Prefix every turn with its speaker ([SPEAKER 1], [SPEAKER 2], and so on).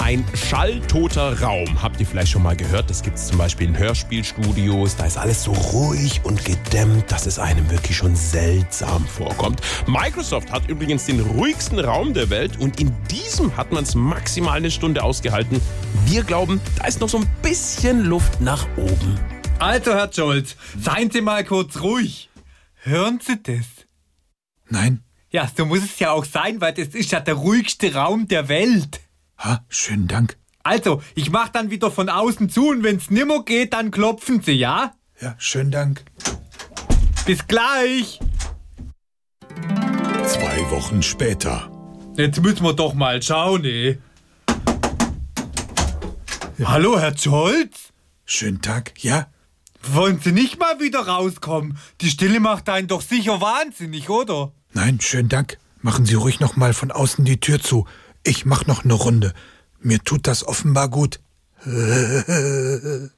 [SPEAKER 1] Ein schalltoter Raum. Habt ihr vielleicht schon mal gehört? Das gibt es zum Beispiel in Hörspielstudios. Da ist alles so ruhig und gedämmt, dass es einem wirklich schon seltsam vorkommt. Microsoft hat übrigens den ruhigsten Raum der Welt und in diesem hat man es maximal eine Stunde ausgehalten. Wir glauben, da ist noch so ein bisschen Luft nach oben.
[SPEAKER 2] Also, Herr Scholz, seien Sie mal kurz ruhig. Hören Sie das?
[SPEAKER 3] Nein.
[SPEAKER 2] Ja, so muss es ja auch sein, weil das ist ja der ruhigste Raum der Welt.
[SPEAKER 3] Ha, schönen Dank.
[SPEAKER 2] Also, ich mach dann wieder von außen zu und wenn's nimmer geht, dann klopfen Sie, ja?
[SPEAKER 3] Ja, schönen Dank.
[SPEAKER 2] Bis gleich.
[SPEAKER 4] Zwei Wochen später.
[SPEAKER 2] Jetzt müssen wir doch mal schauen, eh. Hallo, Herr Scholz?
[SPEAKER 3] Schönen Tag. Ja,
[SPEAKER 2] Wollen Sie nicht mal wieder rauskommen? Die Stille macht einen doch sicher wahnsinnig, oder?
[SPEAKER 3] nein, schönen Dank. Machen Sie ruhig noch mal von außen die Tür zu. Ich mach noch eine Runde. Mir tut das offenbar gut.